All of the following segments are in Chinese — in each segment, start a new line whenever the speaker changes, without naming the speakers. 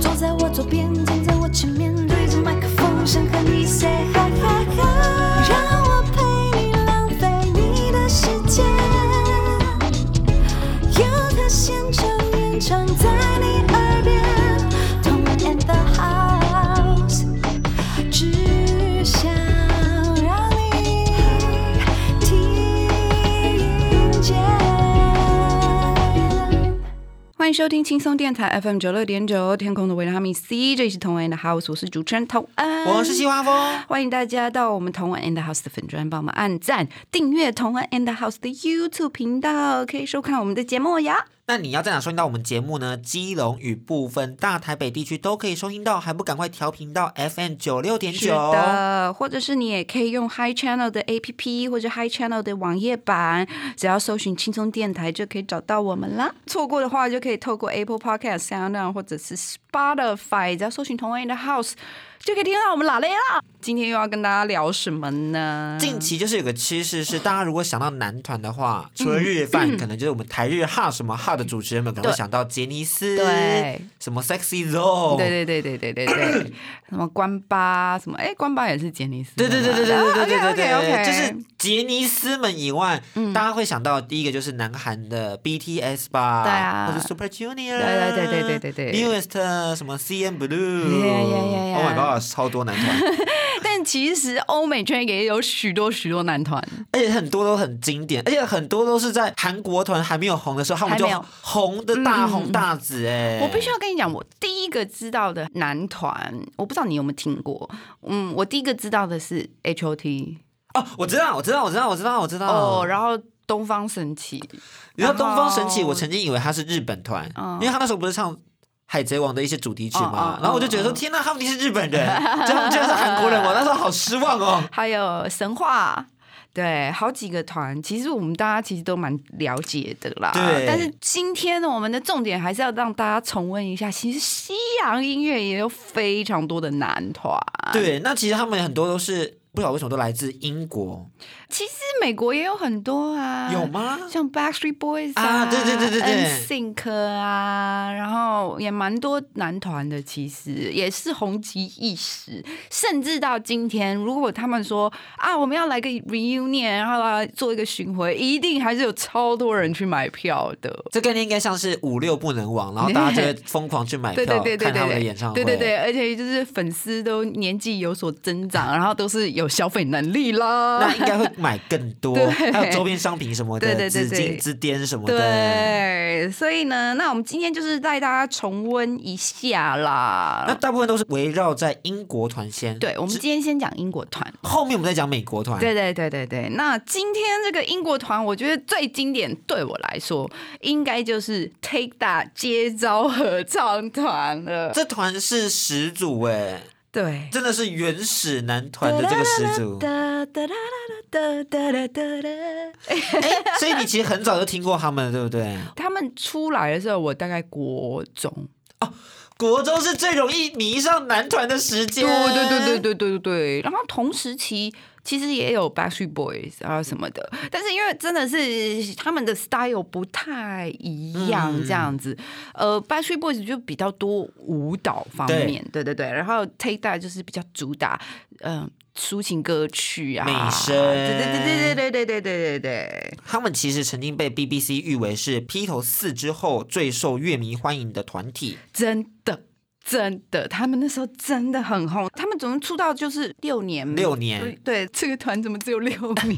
坐在我左边，站在我前面，对着麦克风，想和你 say hi hi hi，让我陪你浪费你的时间。有他现场演唱在你耳边，同安 and the house，只想让你听见。
欢迎收听轻松电台 FM 九六点九，天空的维他命 C，这里是同安的 House，我是主持人童安，
我是西花风。
欢迎大家到我们同玩 and house 的粉专帮我们按赞、订阅同玩 and house 的 YouTube 频道，可以收看我们的节目呀。
那你要在哪收听到我们节目呢？基隆与部分大台北地区都可以收听到，还不赶快调频到 FM 九六点
是
九？
的，或者是你也可以用 Hi Channel 的 APP 或者 Hi Channel 的网页版，只要搜寻轻松电台就可以找到我们啦。错过的话就可以透过 Apple Podcast、SoundOn 或者是 Spotify，只要搜寻同玩 and house 就可以听到我们喇嘞啦。今天又要跟大家聊什么呢？
近期就是有个趋势是，大家如果想到男团的话，除了日饭，可能就是我们台日哈什么哈的主持人们可能会
嗯对
想到杰尼斯，
对，
什么 Sexy Zone，
对对对对对对对，什么关巴什么，哎，关巴也是杰尼斯的
对
嘛，
对对对对对对对对对
o k
对，就是杰尼斯们以外，
嗯
大家会想到第一个就是南韩的 BTS 吧，
对啊
或者 Super Junior，
对对对对对对
，Newest 什么
Yeah, yeah,
CN
yeah,
Blue，Oh
yeah.
Oh my God，超多 男团，
但其实欧美圈也有许多许多男团，
而且很多都很经典，而且很多都是在韩国团还没有红的时候，他们就
还没有嗯
红的大红大紫哎，
我必须要跟你讲，我第一个知道的男团，我不知道你有没有听过，嗯，我第一个知道的是 H.O.T
哦，我知道，我知道，我知道，我知道，我知
哦
道，，
然后东方神起，
你知
然
道
后
东方神起，我曾经以为他是日本团，因为他那时候不是唱《海贼王》的一些主题曲
嗯
嘛，
嗯
然后我就觉得说，天呐，他们一定是日本人， 这他们竟然是 韩国人，我那时候好失望哦。
还有神话。对，好几个团，其实我们大家其实都蛮了解的啦。
对
但是今天呢，我们的重点还是要让大家重温一下，其实西洋音乐也有非常多的男团。
对，那其实他们很多都是不晓得为什么都来自英国，
其实美国也有很多啊，
有吗？
像 Backstreet Boys
啊对对对对对
，NSYNC 啊，然后也蛮多男团的，其实也是红极一时。甚至到今天，如果他们说啊，我们要来个 reunion，然后来做一个巡回，一定还是有超多人去买票的。
这概念应该像是五六不能忘，然后大家就会疯狂去买
对
票
对对对
看他们的演
对
唱
对，
会。
对对对，而且就是粉丝都年纪有所增长，然后都是有消费能力啦。
那应该会买更多，
对
还有周边商品什么
对对对
的，纸
对
巾、之巅什么的。
对，所以呢，那我们今天就是带大家重温一下
那
啦。
大部分都是围绕在英国团先，
对，我们
是
今天先讲英国团。
后面我们再讲美国团。
对对对对对，那今天这个英国团，我觉得最经典对我来说，应该就是 Take That 接招合唱团了。
这团是始祖哎，
对，
真的是原始男团的这个始 祖。
哒哒哒哒哒哒哒哒哒。
哎，所以你其实很早就听过他们，对不对？
他们出来的时候，我大概国中。
国中是最容易迷上男团的时间。
对对对对对对对对。然后同时期其实也有 Backstreet Boys 啊什么的，但是因为真的是他们的 style 不太一样，
嗯
这样子。呃，Backstreet Boys 就比较多舞蹈方面，对对对然后 Take That 就是比较主打，嗯、抒情歌曲啊，
美声
对对对对对对对对对对。
他们其实曾经被 BBC 誉为是披头四之后最受乐迷欢迎的团体。
真的。真的，他们那时候真的很红。他们总共出道就是六年，
六年
嗯对，这个团怎么只有六 年？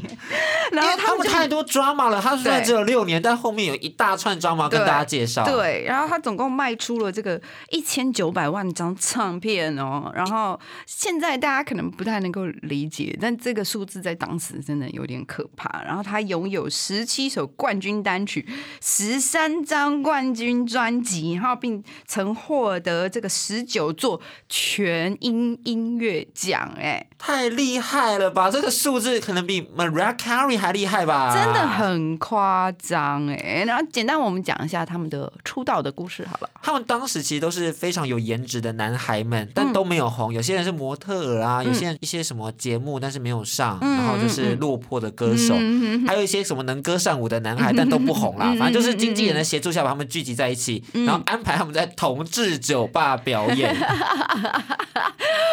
然
因
后
为他
们
们
就
太多 drama 了，他虽然
对
只有六年，但后面有一大串 drama 跟
对
大家介绍。，
对，然后他总共卖出了这个一千九百万张唱片哦。然后现在大家可能不太能够理解，但这个数字在当时真的有点可怕。然后他拥有十七首冠军单曲、十三张冠军专辑，然后并曾获得这个十九座全英音乐奖，哎，
太厉害了吧！这个数字可能比 Mariah Carey 还厉害吧？
真的，很夸张哎。然后简单我们讲一下他们的出道的故事好了。
他们当时其实都是非常有颜值的男孩们，
嗯
但都没有红。有些人是模特儿啊，有些人一些什么节目，但是没有上，
嗯
然后就是落魄的歌手。
嗯
还有一些什么能歌善舞的男孩，但都不红啦。
嗯
反正就是经纪人的协助下，把他们聚集在一起，然后安排他们在同志酒吧表 演。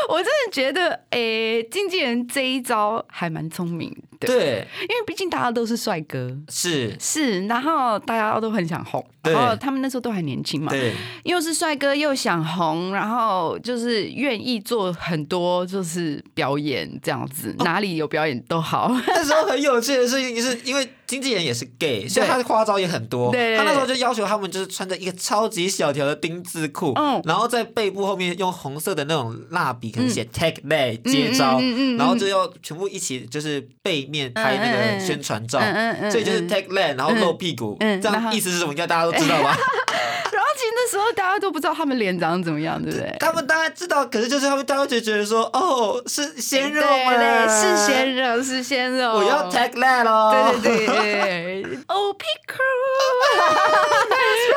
我真的觉得，欸诶、经纪人这一招还蛮聪明的，，
对，
因为毕竟大家都是帅哥，
是，
是，然后大家都很想红，
对
然后他们那时候都还年轻嘛，
对，
又是帅哥又想红，然后就是愿意做很多就是表演这样子，
哦
哪里有表演都好。
那时候很有趣的事情，是因为经纪人也是 gay，所以他的花招也很多。
对对对
他那时候就要求他们就是穿着一个超级小条的丁字裤，
嗯
然后在背部后面用红色的那种蜡笔，可能写 take day 接
嗯
招，
嗯嗯嗯嗯
然后就要全部一起就是背面拍那个宣传照。
嗯嗯嗯，
所以就是
嗯
take leg，然后露屁股，
嗯嗯
这
然后
样意思是什么？应该大家都知 道吧？
然后其实那时候大家都不知道他们脸长怎么样，对不对？
他们当然知道，可是就是他们大家就觉得说，哦，是鲜肉
对
吗？
对是鲜，肉，是鲜肉。
我要 take leg 喽。
对对对 对，O P Crew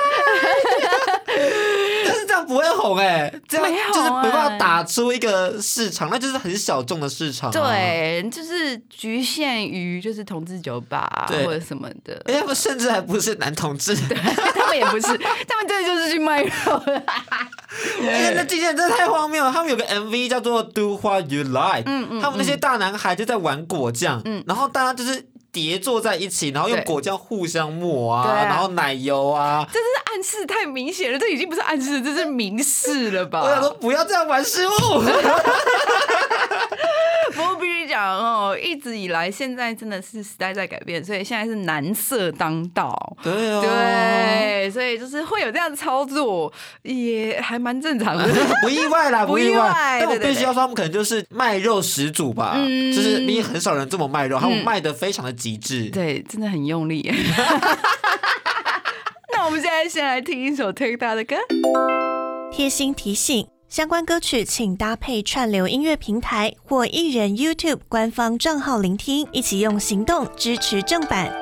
但是这样不会红哎、这样
没有
就是没办法
哎
打出一个市场，那就是很小众的市场、啊。。
对，就是局限于就是同志酒吧
对
或者什么的，
哎，他们甚至还不是男同志，
他们也不是， 他们真的就是去卖肉的。
哎呀，那这些真的太荒谬了。他们有个 MV 叫做《Do What You
嗯
Like》，他们那些大男孩就在玩果酱，然后大家就是叠坐在一起，然后用
对
果酱互相抹啊，
对啊
然后奶油啊。
这是暗示太明显了，这已经不是暗示，这是明示了吧？
我想说，不要这样玩食 物。
不过必须讲哦，一直以来，现在真的是时代在改变，所以现在是男色当道。
对哦，
对，所以就是会有这样的操作，也还蛮正常的。
不意外啦，
不
意
意外
但我
对对
必须要说，他们可能就是卖肉始祖吧，
嗯
就是因为很少人这么卖肉，他们卖的非常的极致。
对，真的很用 力。那我们现在先来听一首 Take 他的歌。
贴心提醒：相关歌曲请搭配串流音乐平台或艺人 YouTube 官方账号聆听，一起用行动支持正版。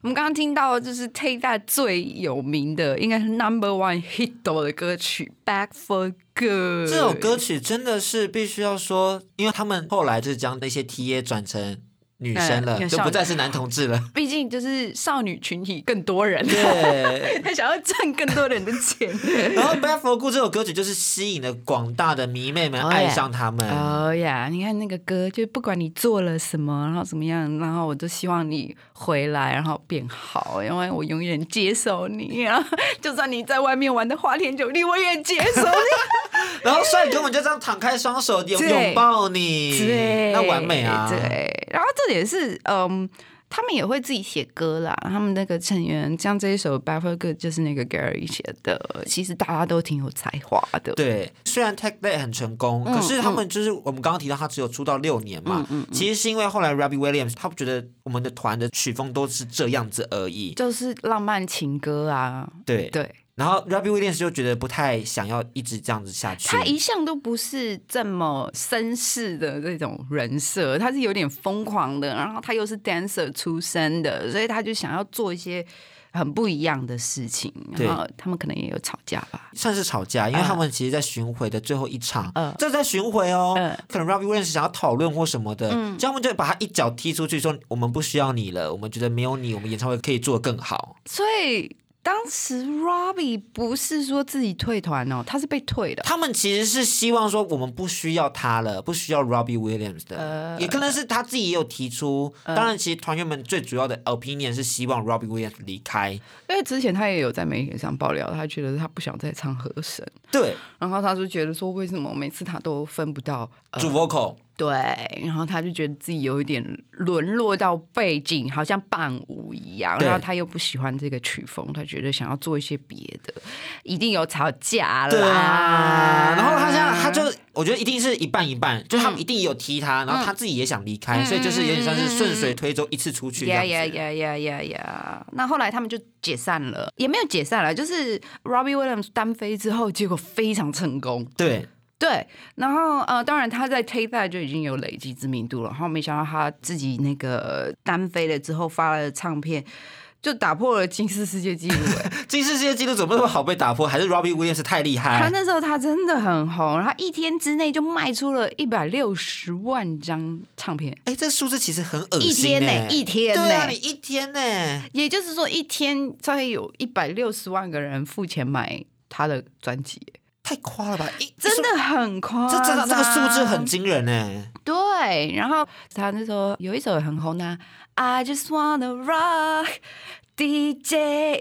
我们刚刚听到就是 Take That 最有名的，应该是 Number One Hit 的歌曲《Back for Good》。
这首歌曲真的是必须要说，因为他们后来就是将那些 T A 转成女生了，
嗯有
就
少
不
女。
再是男同志了
毕竟就是少女群体更多人，
对。
他 想要赚更多人的钱。
然后《Bad for Good》这首歌曲就是吸引了广大的迷妹们
Oh yeah
爱上他们。
哦呀，你看那个歌，就不管你做了什么，然后怎么样，然后我都希望你回来，然后变好，因为我永远接受你。然后就算你在外面玩的花天酒地，我也接 受你。
然后帅哥们就这样敞开双手拥
对
拥抱你，
对，
那完美啊！
对，然后这点是嗯。他们也会自己写歌啦，他们那个成员像这一首《Buffer Good》就是那个 Gary 写的，其实大家都挺有才华的。嗯
对，虽然 Tech Day 很成功，可是他们就是我们刚刚提到，他只有出道六年嘛。其实是因为后来 Robbie Williams 他觉得我们的团的曲风都是这样子而已。
就是浪漫情歌啊，
对，
对
然后 Robbie Williams 就觉得不太想要一直这样子下去。
他一向都不是这么绅士的这种人设，他是有点疯狂的，然后他又是 dancer 出身的，所以他就想要做一些很不一样的事情，
对
然后他们可能也有吵架吧。
算是吵架，因为他们其实，在巡回的最后一场，
嗯
这在巡回哦，
嗯
可能 Robbie Williams 想要讨论或什么的，这样他们就把他一脚踢出去，说我们不需要你了，我们觉得没有你，我们演唱会可以做得更好。
所以当时 Robbie 不是说自己退团哦，他是被退的。
他们其实是希望说我们不需要他了，不需要 Robbie Williams 的，
呃
也可能是他自己也有提出。当然，其实团员们最主要的 opinion 是希望 Robbie Williams 离开。
因为之前他也有在媒体上爆料，他觉得他不想再唱和声，
对，
然后他就觉得说，为什么每次他都分不到、呃
主 vocal
对，然后他就觉得自己有一点沦落到背景，好像伴舞一样。
对
然后他又不喜欢这个曲风，他觉得想要做一些别的，一定有吵架啦。嗯
对啊，然后他现在他就，我觉得一定是一半一半，就是他们一定有踢他，然后他自己也想离
嗯
开，所以就是有点像是顺水推舟，一次出去这
呀
样
呀
子。
呀呀呀呀！那后来他们就解散了，也没有解散了，就是 Robbie Williams 单飞之后，结果非常成功。
对，
对，然后呃，当然他在 Take That 就已经有累积知名度了，然后没想到他自己那个单飞了之后发了唱片，就打破了金氏世界纪录、 哎
金世界纪录怎么那么好被打破？还是 Robbie Williams 太厉
他
害？
那时候他真的很红，然后一天之内就卖出了一百六十万张唱片，
哎，这个数字其实很恶心、
一天欸
呢、
呢一天呢
对啊，你一天呢、
也就是说一天大概有一百六十万个人付钱买他的专辑、哎
太夸了吧？一
真的很夸
这
张，
这这个数字很惊人呢、
对，然后他那时候有一首也很红的、啊、，I just wanna rock DJ。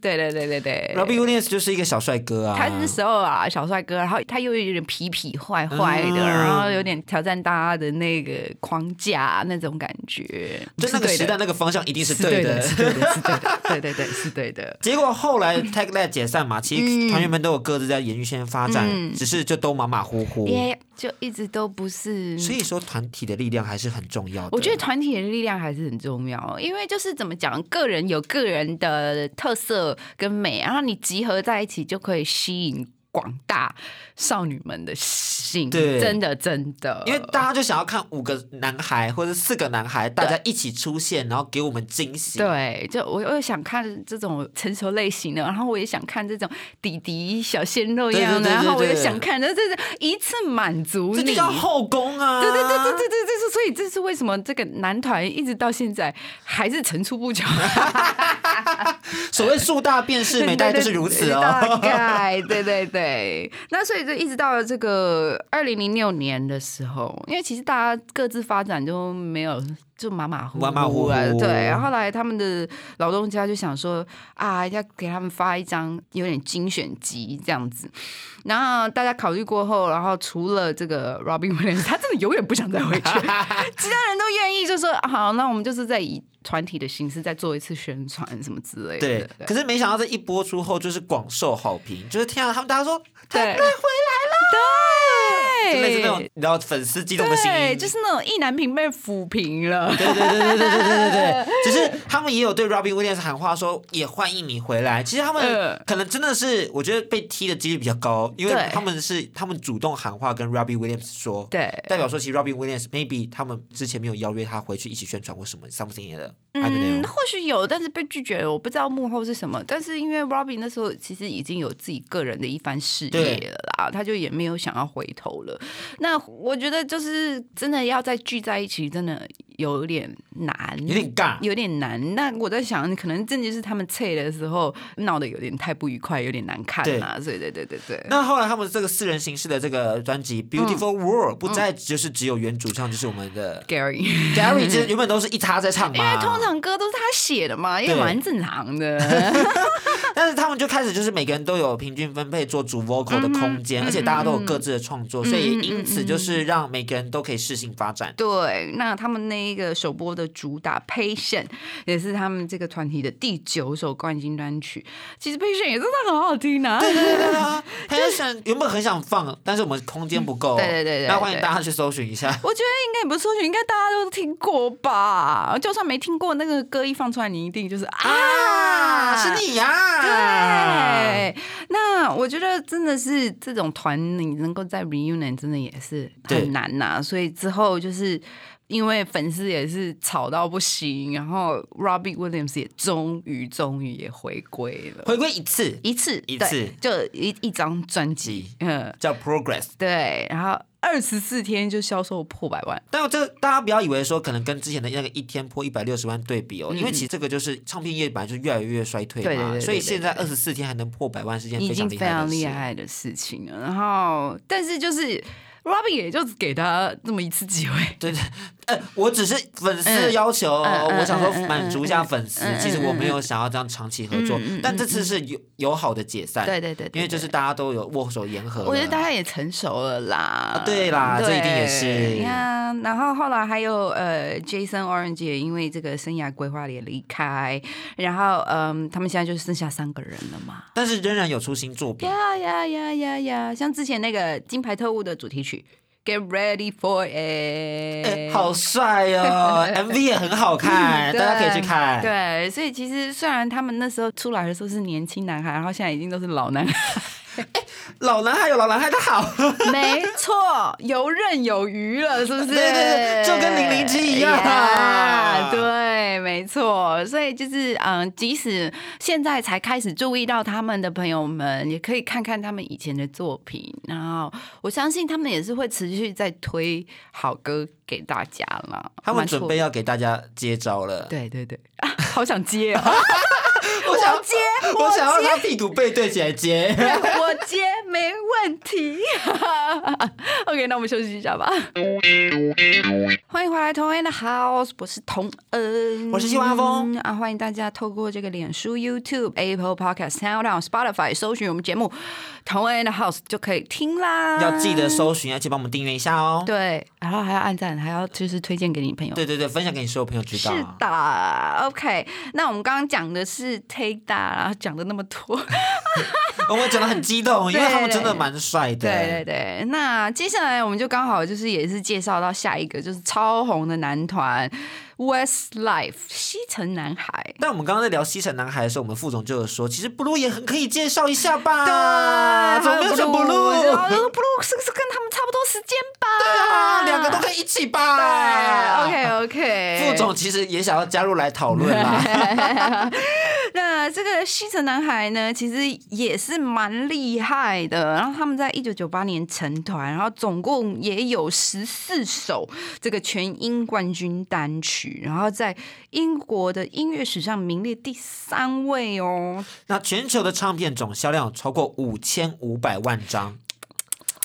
对对对对对
Robbie Williams 就是一个小帅哥啊，
他那时候啊，小帅哥，然后他又有点痞痞坏坏的，
嗯
然后有点挑战大家的那个框架那种感觉，
就那个
是
时
对
代
的
那个方向一定是
是
对
的，
的。
是对的，是对的，对对对，是对的。
结果后来 Tag l a 解散嘛，其实团员们都有各自在演艺圈发展，
嗯
只是就都马马虎虎。
耶、就一直都不是，
哦所以说团体的力量还是很重要的。
我觉得团体的力量还是很重要，哦因为就是怎么讲，个人有个人的特色跟美，然后你集合在一起就可以吸引广大少女们的心。
对
真的真的，
因为大家就想要看五个男孩或者四个男孩，大家一起出现，然后给我们惊喜。
对，就我我也想看这种成熟类型的，然后我也想看这种弟弟小鲜肉一样的，
对对对对
然后我也
对
想看，这这这一次满足
这
你
就。叫后宫啊！
对对对对对对，这是所以这是为什么这个男团一直到现在还是层出不穷。
所谓树大便是美，大概就是如此
大
哦。
概，对对对。那所以就一直到了这个二零零六年的时候，因为其实大家各自发展就没有。就马马虎虎
马马虎虎
了对。然后后来他们的老东家就想说啊，要给他们发一张有点精选集这样子。然后大家考虑过后，然后除了这个 Robin Williams，他真 的永远不想再 回去，其他人都愿意就说啊好，那我们就是在以团体的形式再做一次宣传什么之类的。
对，可是没想到这一播出后就是广受好评，就是天啊，他们大家说
对，回来了，
就
对，
类似那种，你知道粉丝激动的心
对，
意，
就是那种意难平被抚平了。
对对对对对对对对对，只是他们也有对 Robin Williams 喊话说也欢迎你回来。其实他们
嗯
可能真的是，我觉得被踢的几率比较高，因为
对
他们是他们主动喊话跟 Robin Williams 说，
对，
代表说其实 Robin Williams maybe 他们之前没有邀约他回去一起宣传或什么 something 的，I don't
嗯，
know。
或许有，但是被拒绝了。我不知道幕后是什么，但是因为 Robin 那时候其实已经有自己个人的一番事业了啦，他就也没有想要回头了。那我觉得就是真的要再聚在一起，真的有点难，
有点尬
有点难。那我在想，可能真的是他们脆的时候闹得有点太不愉快，有点难看
对
啦。所以，对对对对。
那后来他们这个四人形式的这个专辑《Beautiful World》不再就是只有原主唱，就是我们的
Gary，
Gary，这原本都是一他在唱嘛，
因为通常歌都是他写的嘛，也
对
蛮正常的。
但是他们就开始就是每个人都有平均分配做主 vocal 的空间，而且大家都有各自的创作，所以因此就是让每个人都可以适性发展。
对，那他们那一个首播的主打《Patient》也是他们这个团体的第九首冠军单曲。其实《Patient》也真的很好听啊。
对对对对啊！Passion 原本很想放，但是我们空间不够。
对对对对
那欢迎大家去搜寻一下。
我觉得应该也不是搜寻，应该大家都听过吧？就算没听过，那个歌一放出来，你一定就是啊，
啊，是你呀、
对，那我觉得真的是这种团，你能够在 reunion 真的也是
对
很难呐、所以之后就是因为粉丝也是吵到不行，然后 Robbie Williams 也终于终于也回归了
回归一次
一次，
一
对
次
就一一张专辑
集，
嗯，
叫 Progress，
对，然后二十四天就销售破百万，
但这个大家不要以为说可能跟之前的那个一天破一百六十万对比哦，因为其实这个就是唱片业本来就越来越衰退
嗯
嘛，
对对对对对
所以现在二十四天还能破百万是件
已
非常
经
厉
哎非
害的
常
事。
厉害的事情了。然后，但是就是 Robbie 也就只给他这么一次机会。
对对， 呃，我只是粉丝的要求，哦
嗯嗯
我想说
嗯嗯嗯
满足一下粉丝
嗯嗯。
其实我没有想要这样长期合作，
嗯嗯嗯
但这次是友友好的解散，
对对对对
因为就是大家都有握手言和了。
我觉得大家也成熟了啦，
啊对啦这一定也是
对呀。然后后来还有呃，Jason Orange 也因为这个生涯规划也离开，然后嗯，他们现在就剩下三个人了嘛。
但是仍然有出新作品。
呀呀呀呀呀！像之前那个《金牌特务》的主题曲《Get Ready for It》，
哎，好帅 哦！MV 也很好看，
对
大家可以去看。
对，所以其实虽然他们那时候出来的时候是年轻男孩，然后现在已经都是老男孩，
老男孩有老男孩的好，
没错，游刃有余了，是不是？
对对对就跟007一样
呀 对，没错。所以就是嗯，即使现在才开始注意到他们的朋友们，也可以看看他们以前的作品，然后我相信他们也是会持续在推好歌给大家啦。
他们
蛮错
准备要给大家接招了。
对对 对，啊好想接哦。
我想 接，我想要他屁股背对起来 接。
我接没问题。OK，那我们休息一下吧。欢迎回来，同恩的 House，我是同恩，
我是谢华峰
啊，欢迎大家透过这个脸书、YouTube、Apple Podcast、SoundOn、Spotify 搜寻我们节目《同恩的 House》就可以听啦。
要记得搜寻，而且帮我们订阅一下哦。
对，然后还要按赞，还要就是推荐给你朋友。
对对对，分享给你所有朋友知道。
是的，OK。那我们刚刚讲的是 Take That，然后讲的那么多，
我们讲的很激 动，因为他们真的蛮帅的。
对对对，那接下来我们就刚好就是也是介绍到下一个就是超红的男团 Westlife 西城男孩。
但我们刚刚在聊西城男孩的时候，我们副总就有说，其实 Blue 也很可以介绍一下吧。啊
啊
怎么没有选
然后
Blue？
啊 Blue 是不是跟他们差不多时间吧？哎
对啊，两个都可以一起吧。
对，OK OK。
副总其实也想要加入来讨论啦。
那这个西城男孩呢，其实也是蛮厉害的。然后他们在一九九八年成团，然后总共也有十四首这个全英冠军单曲，然后在英国的音乐史上名列第三位哦。
那全球的唱片总销量有超过五千五百万张，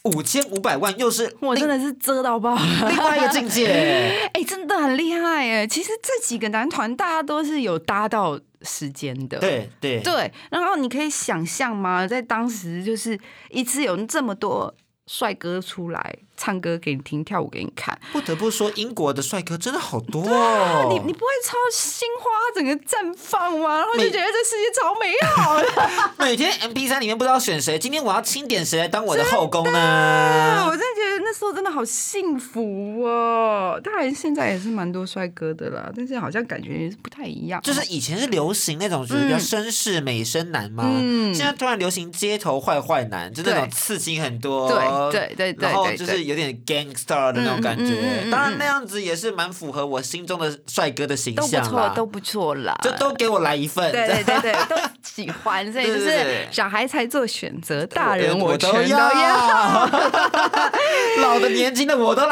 五千五百万又是
我真
另
的是遮到爆。
另外一个境界。
哎、真的很厉害哎！其实这几个男团大家都是有搭到时间的，
对对
对，然后你可以想象吗？在当时就是一次有这么多帅哥出来唱歌给你听，跳舞给你看，
不得不说，英国的帅哥真的好多哦。
啊你你不会超心花整个绽放吗？然后就
每
觉得这世界超美好的。
每天 M P 三里面不知道选谁，今天我要钦点谁来当我的后宫呢
啊 我？真的觉得那时候真的好幸福哦。当然现在也是蛮多帅哥的啦，但是好像感觉不太一样。啊
就是以前是流行那种就是比较绅士美声男嘛，
嗯
现在突然流行街头坏坏男，就那种
对
刺青很多，
对对对对
然后
对
就
对
是有点 gangster 的那种感
嗯嗯嗯
觉。
嗯
当然那样子也是蛮符合我心中的帅哥的形
都不
象
错，
啦，
都不错啦。
就都给我来一份。
对对对对，都喜欢，所以就
对对
是
对
小孩才做选择，大人
我
全都要。
要， 老的年轻的我都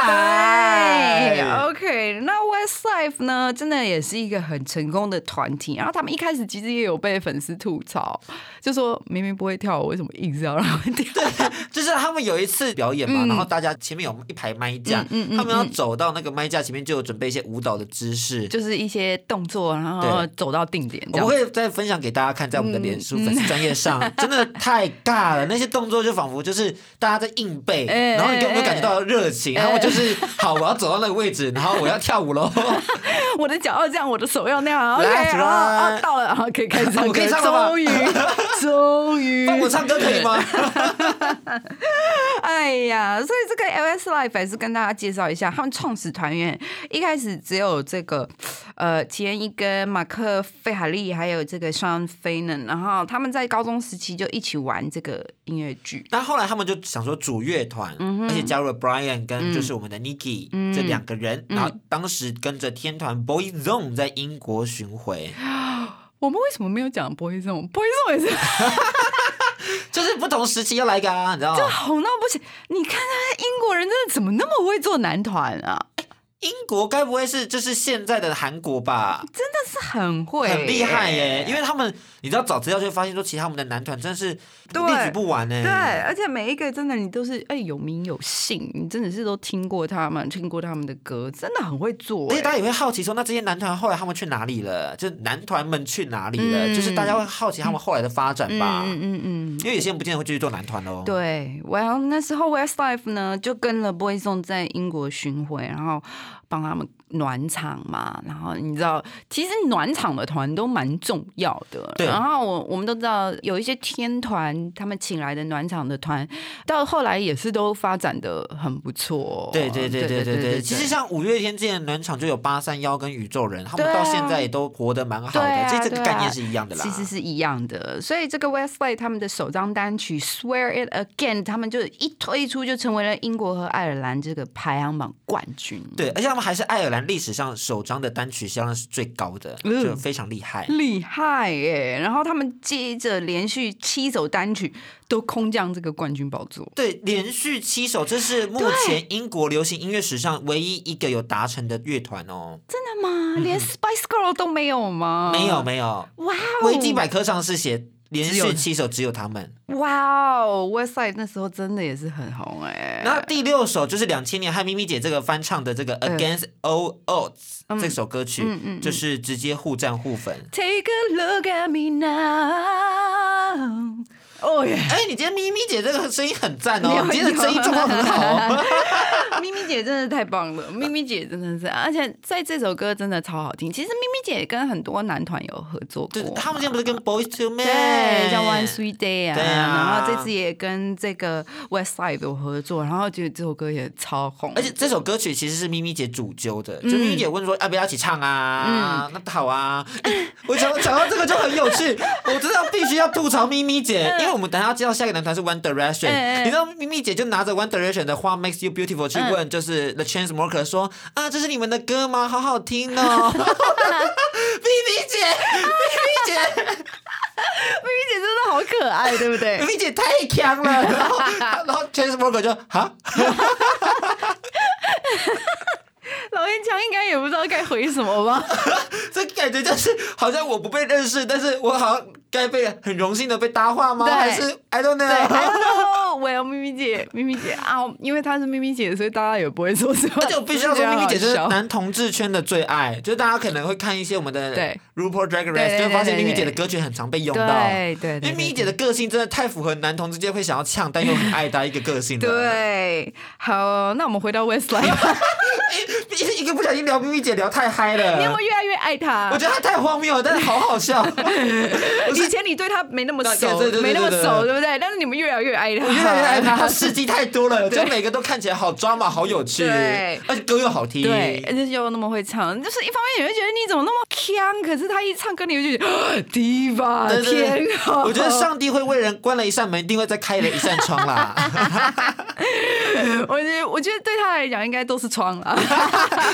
对哦
来。
，OK，那 Westlife 呢，真的也是一个很成功的团体。啊然后他们一开始其实也有被粉丝吐槽，就说明明不会跳舞，为什么硬是要让他们跳？
就是他们有一次表演嘛，然后大家前面有一排麦
嗯
架，
嗯嗯嗯
他们要走到那个麦架前面，就有准备一些舞蹈的姿势。
就是一些动作，然后
对
走到定点
我
这
们
样。
会再分享给大家看，在我们
嗯
的脸书粉丝专业 上，真的太尬了。那些动作就仿佛就是大家在硬 背，
哎
然后你有没有
哎
感觉到热情？然后我就是好，我要走到那个 位置，然后我要跳舞喽。
我的脚要这样，我的手要那样。OK，
Left,
然后啊
right
到了，然后可以开 始唱
我可以
歌。
唱了吗
终于，终 于，
放我唱歌可以吗？
哎呀，所以这个 LS Life 还是跟大家介绍一下，他们创始团员一开始只有这个呃齐恩一跟马克费海利，还有这个 Sean f a n n o n 然后他们在高中时期就一起玩这个音乐剧。
但后来他们就想说组乐团，
嗯
而且加入了 Brian 跟就是我们的 Niki、这两个人，
嗯
然后当时跟着天团 Boy Zone 在英国巡回，
我们为什么没有讲 Boyzone？Boyzone 也是
就是不同时期要来一个啊，你知道吗？
红到不行。你看他英国人真的怎么那么会做男团啊？
英国该不会是就是现在的韩国吧？
是很会，
很厉害耶、因为他们你知道找资料就会发现说，其实他们的男团真的是
对
例举不完呢、
对，而且每一个真的你都是哎、有名有姓，你真的是都听过他们，听过他们的歌，真的很会做、
而且大
哎
家也会好奇说，那这些男团后来他们去哪里了？就是男团们去哪里了？
嗯
就是大家会好奇他们后来的发展吧，
嗯嗯嗯
因为有些人不见得会继续做男团哦
嗯，
喽。
对。Well，那时候 Westlife 呢就跟了 Boyzone 在英国巡回，然后帮他们暖场嘛。然后你知道，其实暖场的团都蛮重要的。
对
然后我我们都知道，有一些天团他们请来的暖场的团，到后来也是都发展的很不错。
对对对对对对，其实像五月天之前的暖场就有八三幺跟宇宙人，他们
对啊
到现在也都活得蛮好
对
的，
啊
这这个
对啊
概念是一样的啦。
其实是一样的。所以这个 Westlife 他们的首张单曲《Swear It Again》，他们就一推出就成为了英国和爱尔兰这个排行榜冠军。
对，而且他们还是爱尔兰历史上首张的单曲销量是最高的，
嗯
就非常厉害。
厉害耶！然后他们接着连续七首单曲都空降这个冠军宝座，
对，连续七首，这是目前英国流行音乐史上唯一一个有达成的乐团哦。
真的吗？连 Spice Girl 都没有吗？
没有，没有，
哇哦！
维基百科上是写连
只有
续七首只有他们。
哇哦，Westside 那时候真的也是很红哎。
那第六首就是两千年和咪咪姐这个翻唱的这个
嗯
Against All Odds、这首歌曲，
嗯嗯嗯
就是直接互战 互粉。
Take a look at me now，哦耶！
哎、你今天咪咪姐这个声音很赞哦，
有
你今天的声音状况很好 哦。
咪咪姐真的太棒了，咪咪姐真的是，而且在这首歌真的超好听。其实咪咪姐跟很多男团有合作过
对
嘛，，
他们今天不是跟 Boys to Men
对叫 One Sweet Day 啊，
对啊
然后这次也跟这个 Westside 有合作，然后觉得这首歌也超红，
而且这首歌曲其实是咪咪姐主揪的，
嗯
就咪咪姐问说要不要一起唱啊？那好啊，我讲讲到这个就很有趣，我真的必须要吐槽咪咪姐，因为我们等一下要介绍下一个男团是 One
嗯
Direction，
嗯
你知道咪咪姐就拿着 One Direction 的花 Makes You Beautiful 去问就是 The Chainsmokers 说啊这是你们的歌吗？好好听哦， 咪咪姐，咪 咪姐。
咪咪姐真的好可爱，对不 对
咪咪姐太强了，然后然后 Chainsmokers 就哈，
老烟枪应该也不知道该回什么 吧。
这感觉就是好像我不被认识，但是我好像该被很荣幸的被搭话吗？
对
还是 I don't
对哎 I
know？
don't know，我要咪咪姐，咪咪姐啊，因为她是咪咪姐，所以大家也不会说什么。
而且我必须要说，咪咪姐
就
就是
觉得很好笑
男同志圈的最爱，就是大家可能会看一些我们的
对
RuPaul Drag
对对
Race，就会发
对对
现咪咪姐的歌曲很常被用到。
对对对对
因为咪咪姐的个性真的太符合男同之间会想要呛但又很爱的一哎个个性 了。
对，好，那我们回到 Westlife，吧
一，一一个不小心聊咪咪姐聊太嗨了
你有没有，越来越爱他？
我觉得她太荒谬了，但是好 好笑。
以前你对他没那么熟
对对对，对
没那么
对对
熟，对不对？但是你们越来越爱他，
我越来越爱他，他事迹太多了，就每个都看起来好抓马，好有趣，
对
而且歌又好听。
对，而且又那么会唱，就是一方面你会觉得你怎么那么 强，可是他一唱歌你就觉得啊 diva
对对对
天啊！
我觉得上帝会为人关了一扇门，一定会再开了一扇窗啦。
我觉得我觉得对他来讲应该都是窗 啦。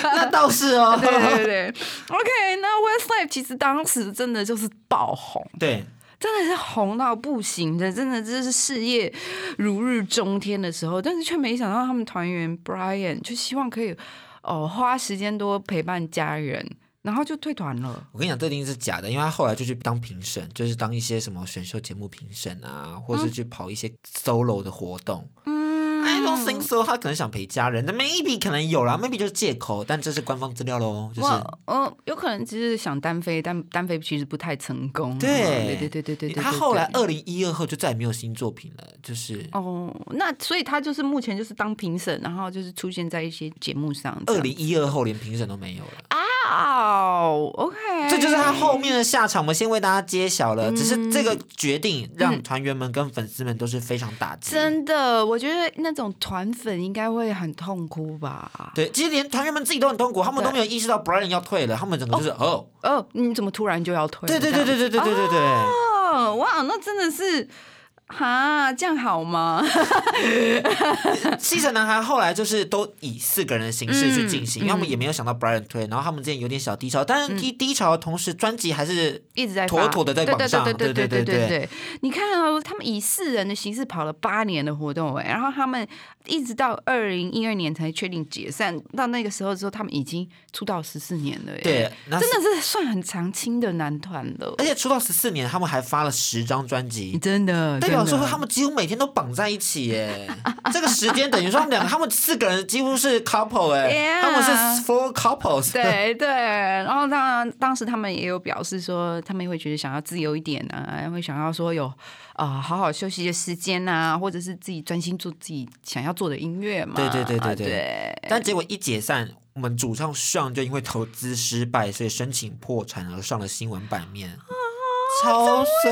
那倒是哦。
对对对，OK，那 Westlife 其实当时真的就是爆红，
对
真的是红到不行的，真的就是事业如日中天的时候，但是却没想到他们团员 Brian 就希望可以哦花时间多陪伴家人，然后就退团了。
我跟你讲，这一定是假的，因为他后来就去当评审，就是当一些什么选秀节目评审啊，或是去跑一些 solo 的活动。嗯，I don't think so。他可能想陪家人，那 maybe 可能有啦，maybe 就是借口，但这是官方资料喽，就是
我呃，有可能只是想单飞，但单飞其实不太成功。啊嗯
对
对对对对对对。
他后来
对
二零一二后就再也没有新作品了，就是
哦，那所以他就是目前就是当评审，然后就是出现在一些节目上这
二
样。
零一二后连评审都没有
哎
了，
哦，OK，
这就是他后面的下场。我们先为大家揭晓了，只是这个
嗯
决定让团员们跟粉丝们都是非常打击。
真的，我觉得那种团粉应该会很痛苦吧？
对，其实连团员们自己都很痛苦，他们都没有意识到 Brian 要退了，他们整个就是哦，
哦，你怎么突然就要退？哦
对对对对对对对对对，
哦，哇，那真的是。哈，这样好吗？
西城男孩后来就是都以四个人的形式去进行，
嗯
因为我们也没有想到 Brian 推，然后他们之间有点小低潮，但是低低潮的同时，专辑还是
一直在发
妥妥的在榜上，
对对
对
对
对
对。你看哦，他们以四人的形式跑了八年的活动，哎，然后他们一直到二零一二年才确定解散，到那个时候之后，他们已经出道十四年了，哎，
对，那
真的是算很长青的男团了
而，且出道十四年，他们还发了十张专辑，
真的，
哎代表
真
说
的
他们几乎每天都绑在一起 耶。这个时间等于说他们两个，他们四个人几乎是 couple 哎
Yeah
他们是 four couples。
对对，然后当然，当时他们也有表示说，他们会觉得想要自由一点啊，会想要说有啊、呃好好休息的时间啊，或者是自己专心做自己想要做的音乐嘛。啊
对对对对对
对
但结果一解散，我们主唱 Sean 就因为投资失败，所以申请破产而上了新闻版面。
啊
超衰，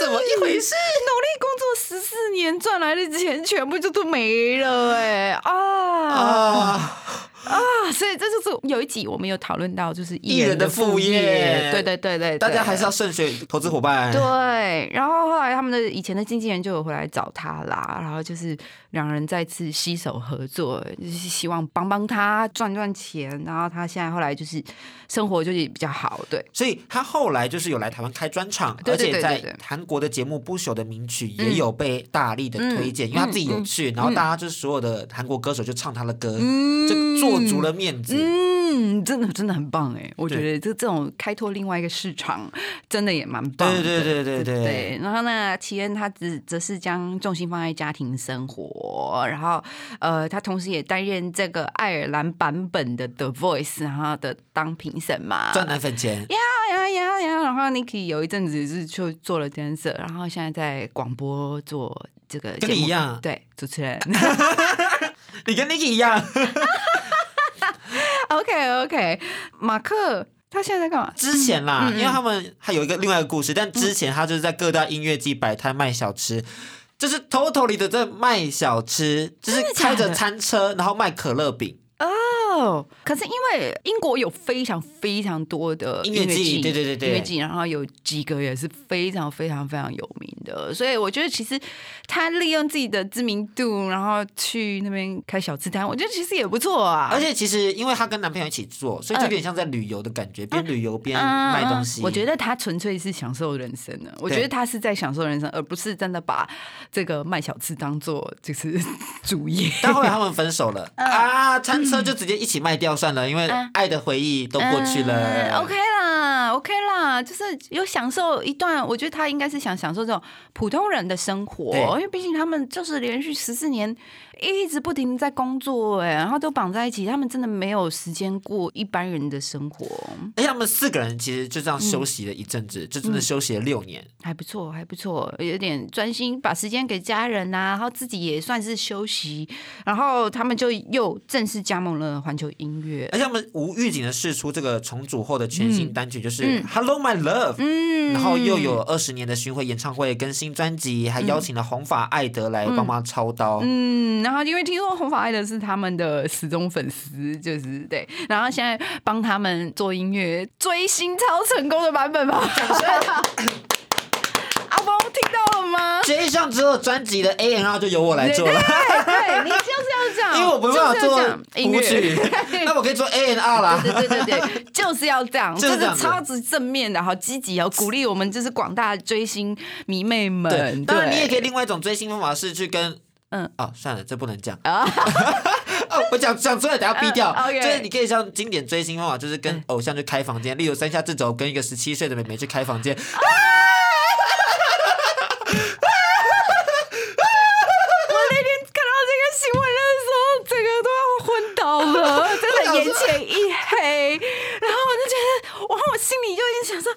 怎么一回事？
努力工作十四年赚来的钱全部就都没了哎、啊
啊！
啊！所以这就是有一集我们有讨论到，就是
艺
艺
人
的
的副业
业，对对对对，
大家
对
还是要慎选投资伙伴。哎
对，然后后来他们的以前的经纪人就有回来找他啦，然后就是两人再次携手合作，就是希望帮帮他赚赚钱。然后他现在后来就是生活就是比较好，对，
所以他后来就是有来台湾开专场，
对对对
而且
对
在
对
韩国的节目《不朽的名曲》也有被大力的推
嗯
荐，因为他自己有去，然后大家就是所有的韩国歌手就唱他的歌，就做足了面子。
嗯，真的真的很棒哎，我觉
对
得这这种开拓另外一个市场，真的也蛮棒的。
对对对对对
对，然后呢，齐恩他只则是将重心放在家庭生活，然后呃，他同时也担任这个爱尔兰版本的 The Voice，然后的当评审嘛。
赚奶粉钱，
呀呀呀！然后 Niki 有一阵子是就做了 dancer，然后现在在广播做这个节
跟
目
你一，样，
对主持人。
你跟 Niki 一样，
OK OK，马克他现在在干嘛？
之前啦，
嗯
因为他们还有一个另外一个故事，但之前他就是在各大音乐季摆摊卖小吃。就是 totally 的在卖小吃，就是
真的假
开
的
着餐车，然后卖可乐饼，
哦，可是因为英国有非常非常多的
音乐季
季，
对对对对
音乐季，然后有几个也是非常非常非常有名的，所以我觉得其实他利用自己的知名度，然后去那边开小吃摊，我觉得其实也不错啊。
而且其实因为她跟男朋友一起做，所以就有点像在旅游的感觉，边旅游边
嗯
卖东西。
我觉得他纯粹是享受人生的，我觉得他是在享受人生，而不是真的把这个卖小吃当做就是 主业。
但后来他们分手了
嗯
啊，餐车就直接一起卖掉算了，因为爱的回忆都过去
嗯
了。
OK 啦，OK 啦，就是有享受一段，我觉得他应该是想享受这种普通人的生活，
对
因为毕竟他们就是连续十四年一直不停地在工作、哎，然后都绑在一起，他们真的没有时间过一般人的生活，
而且他们四个人其实就这样休息了一阵子，就真的休息了六年。
还不错，还不错，有点专心，把时间给家人呐、然后自己也算是休息，然后他们就又正式加盟了环球音乐，
而且他们无预警的试出这个重组后的全新单曲，就是《Hello My Love》，
嗯
然后又有二十年的巡回演唱会跟新专辑，还邀请了红发艾德来帮忙操刀。
嗯，然后因为听说红发爱的是他们的死忠粉丝，就是对，然后现在帮他们做音乐，追星超成功的版本吧。 阿峰听到了吗？
这一项之后，专辑的 A N R 就由我来做了。
对对，你就是要这样，
因为我没办法
就是要
做
这样音
舞
乐。
曲， 那我可以做 A N R 啦。
对对对对，就是要这样，
就
就是是
这样子
超级正面的，好积极，好鼓励我们就是广大追星迷妹们。
当然你也可
以
以另外一种追星方法是去跟。嗯
嗯，
哦，算了，这不能讲。
啊，
哦，我讲讲出来，等下逼掉。
嗯，OK 嗯
就是你可以像经典追星方法，就是跟偶像去开房间，例如三下智久跟一个十七岁的妹妹去开房间，
我那天看到这个新闻的时候，整个都要昏倒了， 真的眼前一黑。然后我就觉得，哇，我心里就已经想说，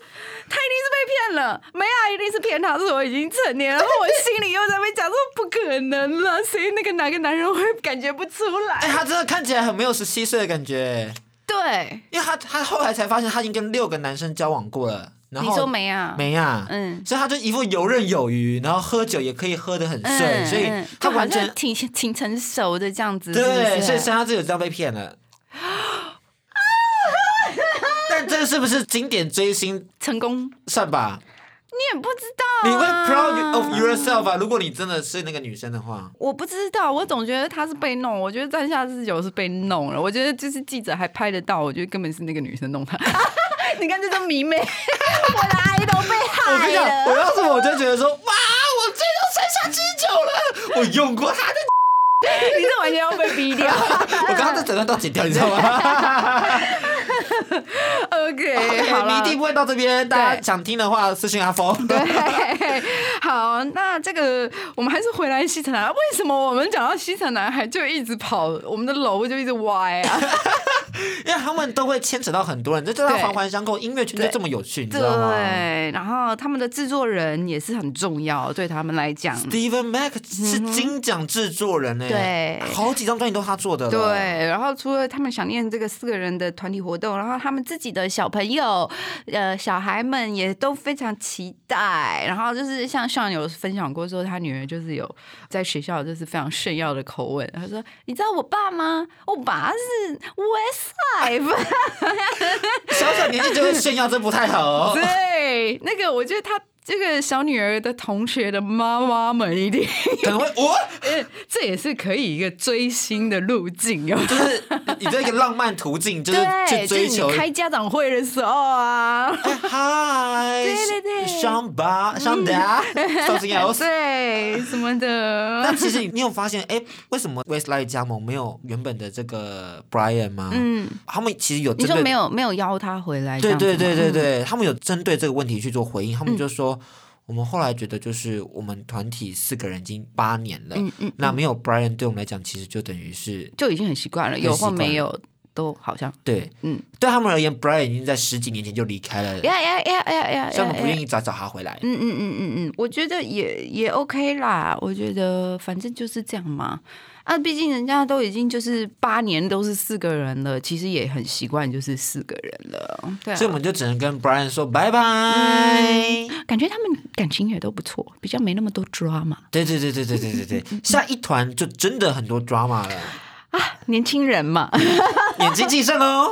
他一定是被骗了，梅亚一定是骗他，是我已经成年了。然后我心里又在那边讲说，不可能 了，谁那个哪个男人会感觉不出
哎，
来？
她真的看起来很没有十七岁的感觉，
对，
因为她她后来才发现她已经跟六个男生交往过了，然后
你说梅亚
没啊，
嗯
所以她就一副游刃有余，然后喝酒也可以喝得很顺，
嗯
所以
嗯
她
就好
完全
像挺挺成熟的这样子，
对，
是
所
不
以三
是？
下智久这样被 骗了。但这是不是经典追星
成功
算吧？
你也不知道、啊，
你会 proud of yourself 啊！如果你真的是那个女生的话，
我不知道，我总觉得他是被弄，我觉得站下四九是被弄了，我觉得就是记者还拍得到，我觉得根本是那个女生弄他。 你看这都迷妹， 我的爱都 被
我跟
害
你讲，我
了。
当时我就觉得说，哇，我追到山下之久了，我用过 他的，
你这完全要被逼 掉。
我刚刚在整段都剪掉，你知道 吗？
OK，好
你
了
一。定不会到这边。大家想听的话，私信阿峰。
对，好，那这个我们还是回来西城啊男孩。为什么我们讲到西城男孩就一直跑，我们的楼就一直歪啊？
因为他们都会牵扯到很多人，这就
对
环环相扣。音乐圈就这么有趣，你知道吗
对，然后他们的制作人也是很重要，对他们来讲。
？Steven Mac 是金奖制作人呢，
嗯对
好几张专辑都他做的了。哦
对，然后除了他们想念这个四个人的团体活动，然后他们自己的小朋友，呃，小孩们也都非常期待。然后就是像上有分享过说，他女儿就是有在学校就是非常炫耀的口吻，他说：“你知道我爸吗？我爸是 West Life。”
小小年纪就会炫耀，这不太 好。
对，那个我觉得他这个小女儿的同学的妈妈们一定，
可能会哦我
这也是可以一个追星的路径哦。
就是你这个浪漫途径，就是去
对，就
追
是
求哎
你。开家长会的时候啊，
嗨，
对对对嗯
上吧上 达 something else。
对什么
那
的，
其实你有发现，哎，为什么 Westlife 加盟没有原本的这个 Brian 吗？
嗯，
他们其实有
你
针
说
对
没有没有邀他回来这
对
样子吗，嗯
对对对对，他们有针对这个问题去做回应，他们就说。我们后来觉得，就是我们团体四个人已经八年了，
嗯，嗯嗯，
那没有 Brian 对我们来讲，其实就等于是
就已经很习惯了，
很
有
习
或
惯
没
了
有都好像，
对，
嗯，
对他们而言，Brian 已经在十几年前就离开了，
呀呀呀呀呀，
所以我们不
呀
愿意找找他回来。
嗯嗯嗯嗯嗯，我觉得也也 OK 啦。我觉得反正就是这样嘛。啊，毕竟人家都已经就是八年都是四个人了，其实也很习惯就是四个人了。对、啊
所以，我们就只能跟 Brian 说拜拜。
感觉他们感情也都不错，比较没那么多 drama。
对对对对对对对 对，下一团就真的很多 drama 了，
年轻人嘛，
眼睛记上喽。